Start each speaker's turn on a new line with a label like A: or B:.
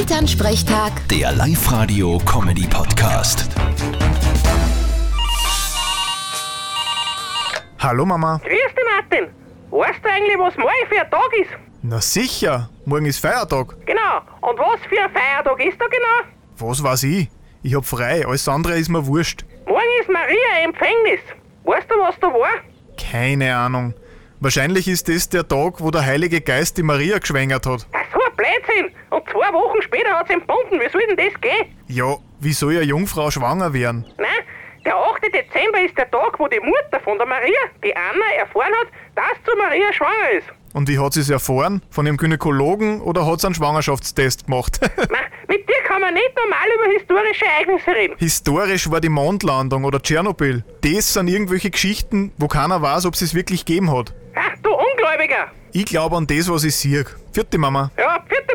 A: Elternsprechtag,
B: Der Live-Radio-Comedy-Podcast.
C: Hallo Mama.
D: Grüß dich, Martin. Weißt du eigentlich, was morgen für ein Tag ist?
C: Na sicher, morgen ist Feiertag.
D: Genau. Und was für ein Feiertag ist da genau?
C: Was weiß ich? Ich hab frei, alles andere ist mir wurscht.
D: Morgen ist Maria im Empfängnis. Weißt du, was da war?
C: Keine Ahnung. Wahrscheinlich ist das der Tag, wo der Heilige Geist die Maria geschwängert hat.
D: Ach, so ein Blödsinn. Und zwei Wochen später hat sie empfunden. Wie soll denn das gehen?
C: Ja, wie soll eine Jungfrau schwanger werden?
D: Nein, der 8. Dezember ist der Tag, wo die Mutter von der Maria, die Anna, erfahren hat, dass zu Maria schwanger ist.
C: Und wie hat sie es erfahren? Von ihrem Gynäkologen oder hat sie einen Schwangerschaftstest gemacht?
D: Na, mit dir kann man nicht normal über historische Ereignisse reden.
C: Historisch war die Mondlandung oder Tschernobyl. Das sind irgendwelche Geschichten, wo keiner weiß, ob es es wirklich gegeben hat.
D: Ach, du Ungläubiger.
C: Ich glaube an das, was ich sehe. Vierte Mama.
D: Ja, vierte